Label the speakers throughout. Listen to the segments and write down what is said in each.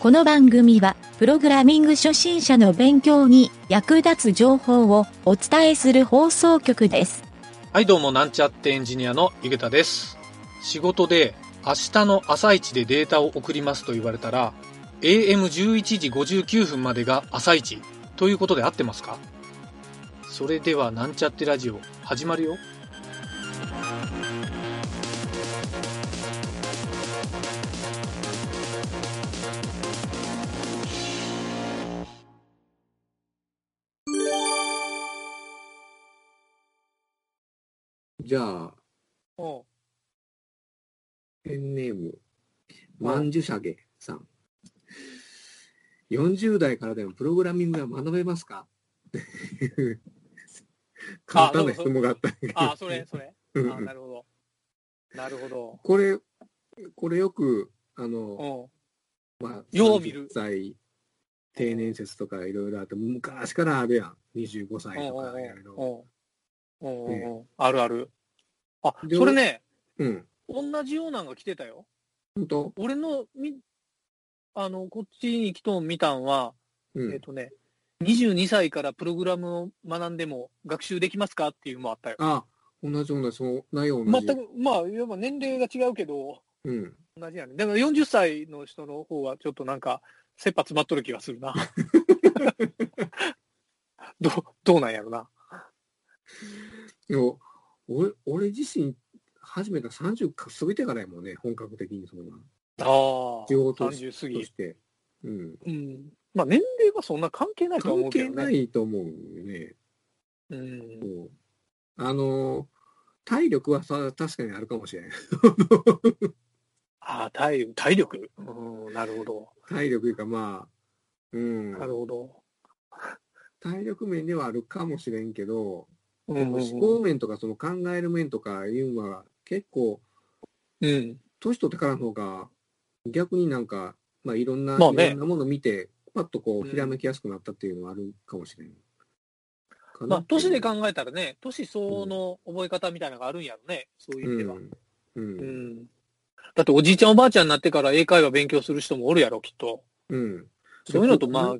Speaker 1: この番組は、プログラミング初心者の勉強に役立つ情報をお伝えする放送局です。
Speaker 2: はい、どうも、なんちゃってエンジニアのゆげたです。仕事で、明日の朝一でデータを送りますと言われたら、AM11 時59分までが朝一ということで合ってますかそれでは、なんちゃってラジオ、始まるよ。
Speaker 3: じゃあ、
Speaker 2: お
Speaker 3: ペンネーム、まんじゅしゃげさん。40代からでもプログラミングは学べます かっていう簡単な質問があったんだけど
Speaker 4: ああ、それ、それ。
Speaker 3: う
Speaker 4: ああ、
Speaker 3: ん
Speaker 4: なるほど。なるほど。
Speaker 3: これ、これよく、あの、
Speaker 4: う
Speaker 3: まあ、
Speaker 4: よう見る
Speaker 3: 30歳定年説とかいろいろあって、昔からあるやん。25歳
Speaker 4: ん。
Speaker 3: とか
Speaker 4: うん
Speaker 3: やけど。
Speaker 4: うんうん。うんうんうん。あるある。あ、
Speaker 3: で
Speaker 4: それね、
Speaker 3: うん。
Speaker 4: 同じようなんが来てたよ。
Speaker 3: 本当
Speaker 4: 俺の、み、あの、こっちに来とん見たんは、
Speaker 3: う
Speaker 4: えっ
Speaker 3: ん。
Speaker 4: とね、22歳からプログラムを学んでも学習できますかっていうのもあったよ。
Speaker 3: あ、同じ同じ、その内容同
Speaker 4: 全
Speaker 3: じ。
Speaker 4: く、まあ、やっぱ年齢が違うけど、
Speaker 3: うん。
Speaker 4: 同じやね。でも40歳の人の方はちょっとなんか、切羽詰まっとる気がするな。 どう、どうなんやろな。
Speaker 3: でも俺俺自身始めた30か過ぎてからやもんね本格的にそんな
Speaker 4: ああ、
Speaker 3: 仕事と
Speaker 4: 30過
Speaker 3: と
Speaker 4: ぎ
Speaker 3: し。て、うん、
Speaker 4: うん。まあ年齢はそんな関係ないとは思
Speaker 3: 関
Speaker 4: うけ
Speaker 3: 係
Speaker 4: どね。
Speaker 3: な。いと思うよね、
Speaker 4: うん。
Speaker 3: こうあの体力はさ確かにあるかもしれない
Speaker 4: ああ、体体力。うん、なるほど。
Speaker 3: 体力いうかまあうん
Speaker 4: なるほど。
Speaker 3: 体力面ではあるかもしれんけど、
Speaker 4: う
Speaker 3: で
Speaker 4: ん
Speaker 3: も
Speaker 4: うん
Speaker 3: 思考面とかその考える面とかいうのは結構
Speaker 4: うん。
Speaker 3: 年取ってからの方が逆になんか、まあ、いろんな、
Speaker 4: まあね
Speaker 3: いろんなものを見てパッとこ
Speaker 4: う
Speaker 3: うんひらめきやすくなったっていうのはあるかもしれない、か
Speaker 4: ま
Speaker 3: な
Speaker 4: あ、年で考えたらね、年相応の覚え方みたいなのがあるんやろね、そういう意味では。
Speaker 3: うんう
Speaker 4: うんん。だって、おじいちゃんおばあちゃんになってから英会話勉強する人もおるやろ、きっと。
Speaker 3: うん
Speaker 4: そういうのと、まあ
Speaker 3: こ、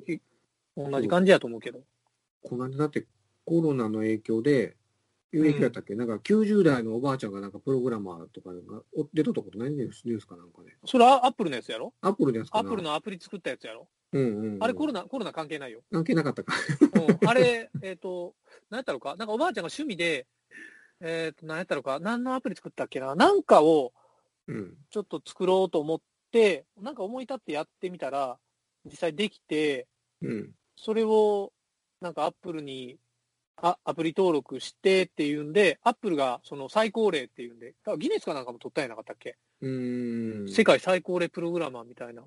Speaker 4: 同じ感じやと思うけど。
Speaker 3: この間だってコロナの影響で有益だったっけ、なんか90代のおばあちゃんがなんかプログラマーとかなんかお出とったことないニュースニュースかなんかね
Speaker 4: それはアップルのやつやろ
Speaker 3: アップルのやつ
Speaker 4: ア
Speaker 3: かな
Speaker 4: ップルのアプリ作ったやつやろ
Speaker 3: うんうんうん
Speaker 4: あれコロナ、コロナ関係ないよ。
Speaker 3: 関係なかったか
Speaker 4: うんあれ、えっ、と、何やったのか、なんかおばあちゃんが趣味で、えっ、と、何やったのか、何のアプリ作ったっけな、なんかを
Speaker 3: うん
Speaker 4: ちょっと作ろうと思って、なんか思い立ってやってみたら、実際できて、
Speaker 3: うん
Speaker 4: それを、なんかアップルに、あアプリ登録してっていうんで、アップルがその最高齢っていうんで、だからギネスかなんかも取ったんやなかったっけ、
Speaker 3: うーん
Speaker 4: 世界最高齢プログラマーみたいな。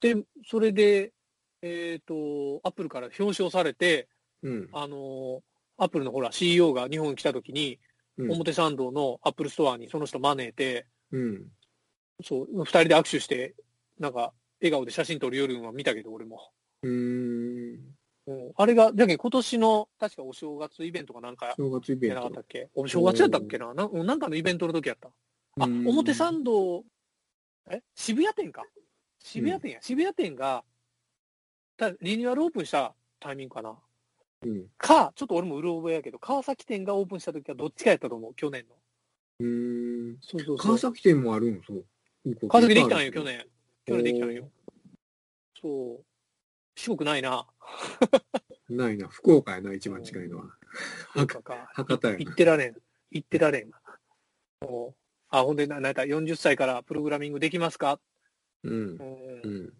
Speaker 4: で、それで、えっ、と、アップルから表彰されて、
Speaker 3: うん
Speaker 4: あのーアップルのほら CEO が日本に来た時に、
Speaker 3: うん
Speaker 4: 表参道のアップルストアにその人招いて、
Speaker 3: うん
Speaker 4: そう、二人で握手して、なんか、笑顔で写真撮る夜は見たけど、俺も。
Speaker 3: うーん
Speaker 4: うん、あれが、だけど今年の、確かお正月イベントかなんか
Speaker 3: 正月イベ
Speaker 4: や
Speaker 3: ン
Speaker 4: なかっ
Speaker 3: ト
Speaker 4: たっけお正月やったっけななうんなんかのイベントの時やった。あ、
Speaker 3: うん
Speaker 4: 表参道、え渋谷店か。渋谷店や。渋谷店が、たリニューアルオープンしたタイミングかな。
Speaker 3: うん
Speaker 4: か、ちょっと俺もうる覚えやけど、川崎店がオープンした時はどっちかやったと思う、去年の。
Speaker 3: うーん
Speaker 4: そうそう
Speaker 3: 川崎店もあるんそう
Speaker 4: 川崎できたんよ、去年。
Speaker 3: おー
Speaker 4: 去年できたんよ。そう。四国ないな。
Speaker 3: ないな福岡やな一番近いのは
Speaker 4: 福岡か。
Speaker 3: 博多や
Speaker 4: 行
Speaker 3: な
Speaker 4: ってられん。行ってられん。おあ、ほんで、な、なんだ、40歳からプログラミングできますか
Speaker 3: うん
Speaker 4: うん、
Speaker 3: うん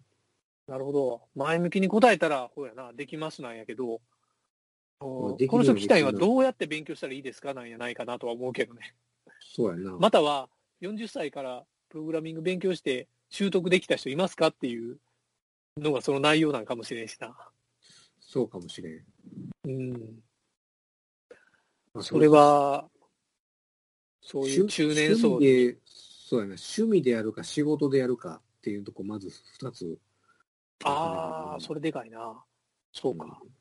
Speaker 4: なるほど。前向きに答えたら、ほうやな、できますなんやけど、
Speaker 3: あ
Speaker 4: お
Speaker 3: できるよ
Speaker 4: この人聞きたいのはどうやって勉強したらいいですかなんやないかなとは思うけどね。
Speaker 3: そうやな
Speaker 4: または、40歳からプログラミング勉強して習得できた人いますかっていうのがその内容なんかもしれんしな。
Speaker 3: そうかもしれん
Speaker 4: うん。
Speaker 3: まあ
Speaker 4: それは、そういう
Speaker 3: 趣
Speaker 4: 中年層
Speaker 3: 趣味でそうやな趣味でやるか仕事でやるかっていうとこまず2つ
Speaker 4: ああ、それでかいな。そうか。
Speaker 3: うん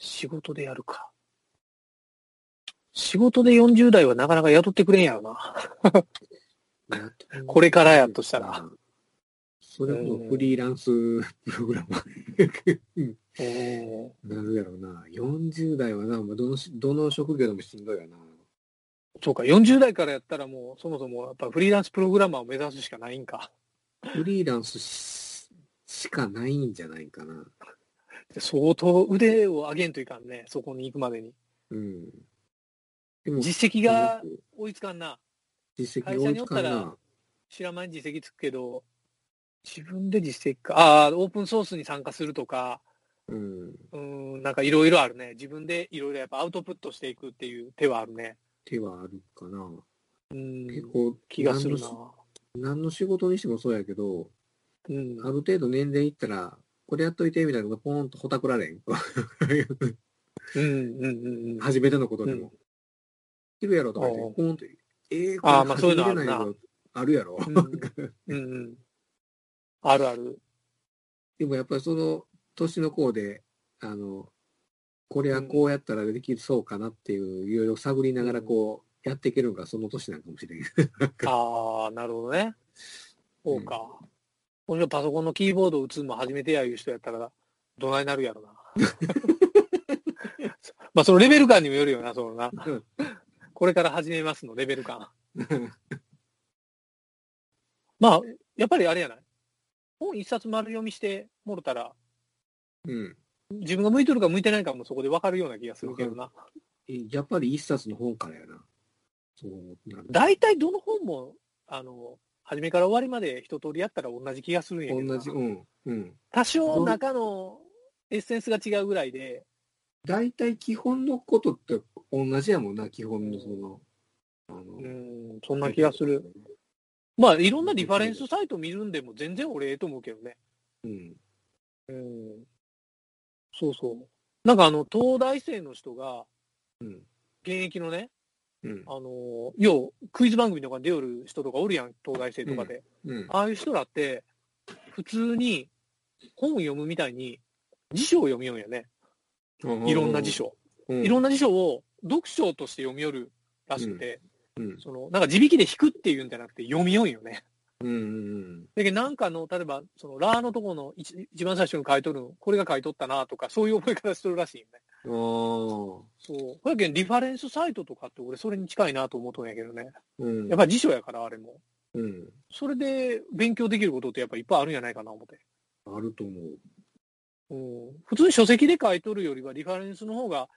Speaker 4: 仕事でやるか。仕事で40代はなかなか雇ってくれんやろな。これからやとしたら。
Speaker 3: それこそフリーランスプログラマーうん
Speaker 4: おー
Speaker 3: なるやろうな。40代はな、まあどのし、どの職業でもしんどいよな。
Speaker 4: そうか、40代からやったらもう、そもそもやっぱフリーランスプログラマーを目指すしかないんか。
Speaker 3: フリーランスししかないんじゃないかな。
Speaker 4: 相当腕を上げんといかんね、そこに行くまでに。
Speaker 3: うん。でも、
Speaker 4: 実績が追いつかんな。
Speaker 3: 実績が追
Speaker 4: 会社
Speaker 3: いつかん
Speaker 4: におった
Speaker 3: な。
Speaker 4: 知らない実績つくけど、自分で実績か。ああ、オープンソースに参加するとか、
Speaker 3: うん。っ
Speaker 4: うーん、なんかいろいろあるね。自分でいろいろやっぱアウトプットしていくっていう手はあるね。
Speaker 3: てはあるかな。
Speaker 4: う
Speaker 3: 結
Speaker 4: ん、
Speaker 3: 構、
Speaker 4: 気がするな
Speaker 3: 何。の何の仕事にしてもそうやけど、
Speaker 4: うん
Speaker 3: あ、る程度年齢いったら、これやっといてみたいなのがポーンとほたくられん。
Speaker 4: うん、うん、うんうん。
Speaker 3: 初めてのことでも。いるやろとか言
Speaker 4: おう
Speaker 3: って、ポーンと。ええー、
Speaker 4: あー
Speaker 3: これ
Speaker 4: まあそういうのあるな
Speaker 3: 初めてんやけどあるやろ。
Speaker 4: うん、うんうん。あるある。
Speaker 3: でもやっぱりその年の子で、あの、これはこうやったらできそうかなっていう、いろいろ探りながらこう、やっていけるのがその年なんかもしれんけど。
Speaker 4: ああ、なるほどね。そうか。この人パソコンのキーボード打つのも初めてやいう人やったら、どないなるやろな。まあ、そのレベル感にもよるよな、そのな。 これから始めますの、レベル感。まあ、やっぱりあれやない本一冊丸読みしてもろたら、
Speaker 3: うん。
Speaker 4: 自分が向いとるか向いてないかもそこで分かるような気がするけどな。
Speaker 3: やっぱり一冊の本からやな。そうなる。
Speaker 4: 大体どの本も、あの、初めから終わりまで一通りやったら同じ気がするんやけどな。
Speaker 3: 同じ、うん。うん。
Speaker 4: 多少中のエッセンスが違うぐらいで、
Speaker 3: 大体基本のことって同じやもんな、基本のその、あの、
Speaker 4: うん、そんな気がする。。まあ、いろんなリファレンスサイト見るんでも全然俺ええと思うけどね。
Speaker 3: うん。
Speaker 4: うん。そうそう。なんかあの、東大生の人が、
Speaker 3: うん。
Speaker 4: 現役のね、
Speaker 3: うん。
Speaker 4: あの、要、クイズ番組とかに出よる人とかおるやん、東大生とかで。
Speaker 3: うん。
Speaker 4: ああいう人らって、普通に本を読むみたいに辞書を読みようんやね。いろんな辞書。
Speaker 3: うん。
Speaker 4: いろん
Speaker 3: な。
Speaker 4: な辞書を読書として読みよるらしくて、
Speaker 3: うん。
Speaker 4: その、なんか自力で弾くっていうんじゃなくて読みよんよね。
Speaker 3: うん。うん。
Speaker 4: だけどなんかの、例えば、その、ラーのとこの一一番最初に書いとるの、これが書いとったなとか、そういう覚え方しとるらしいよね。
Speaker 3: ああ。
Speaker 4: そう。これけんリファレンスサイトとかって俺それに近いなと思うとんやけどね。
Speaker 3: うん
Speaker 4: やっ。ぱり辞書やから、あれも。
Speaker 3: うん。
Speaker 4: それで勉強できることってやっぱいっぱいあるんじゃないかな思って。
Speaker 3: あると思う。
Speaker 4: うん。普通に書籍で書いとるよりは、リファレンスの方が、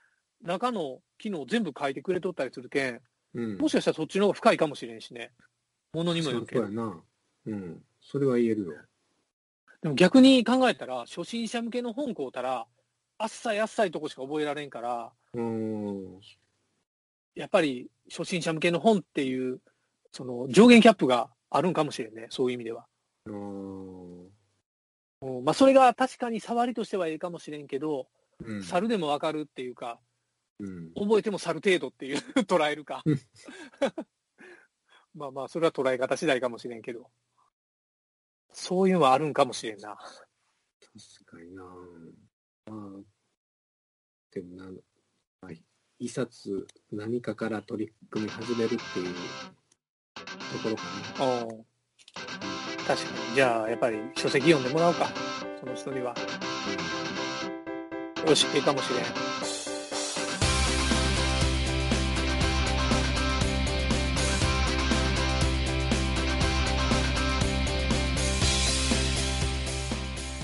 Speaker 4: 中の機能全部書いてくれとったりするけん、
Speaker 3: うん。
Speaker 4: もしかしたらそっちの方が深いかもしれんしね。ものにも
Speaker 3: そ
Speaker 4: よ
Speaker 3: う
Speaker 4: るけど
Speaker 3: や。な。うん。それは言えるよ。
Speaker 4: でも逆に考えたら、初心者向けの本買うたら、あっさいあっさいとこしか覚えられんから、
Speaker 3: うーん。
Speaker 4: やっぱり初心者向けの本っていう、その上限キャップがあるんかもしれんね、そういう意味では。
Speaker 3: あー
Speaker 4: うんまあ、それが確かに触りとしてはええかもしれんけど、
Speaker 3: うん。
Speaker 4: 猿でもわかるっていうか、
Speaker 3: うん。
Speaker 4: 覚えても猿程度っていう 捉えるか
Speaker 3: うん。
Speaker 4: まあまあ、それは捉え方次第かもしれんけど。そういうのはあるんかもしれんな。
Speaker 3: 確かにな。まあ、でもな、まあ、一冊何かから取り組み始めるっていうところかな。
Speaker 4: うん確かに。じゃあ、やっぱり書籍読んでもらおうか。その人には。よし、いいかもしれん。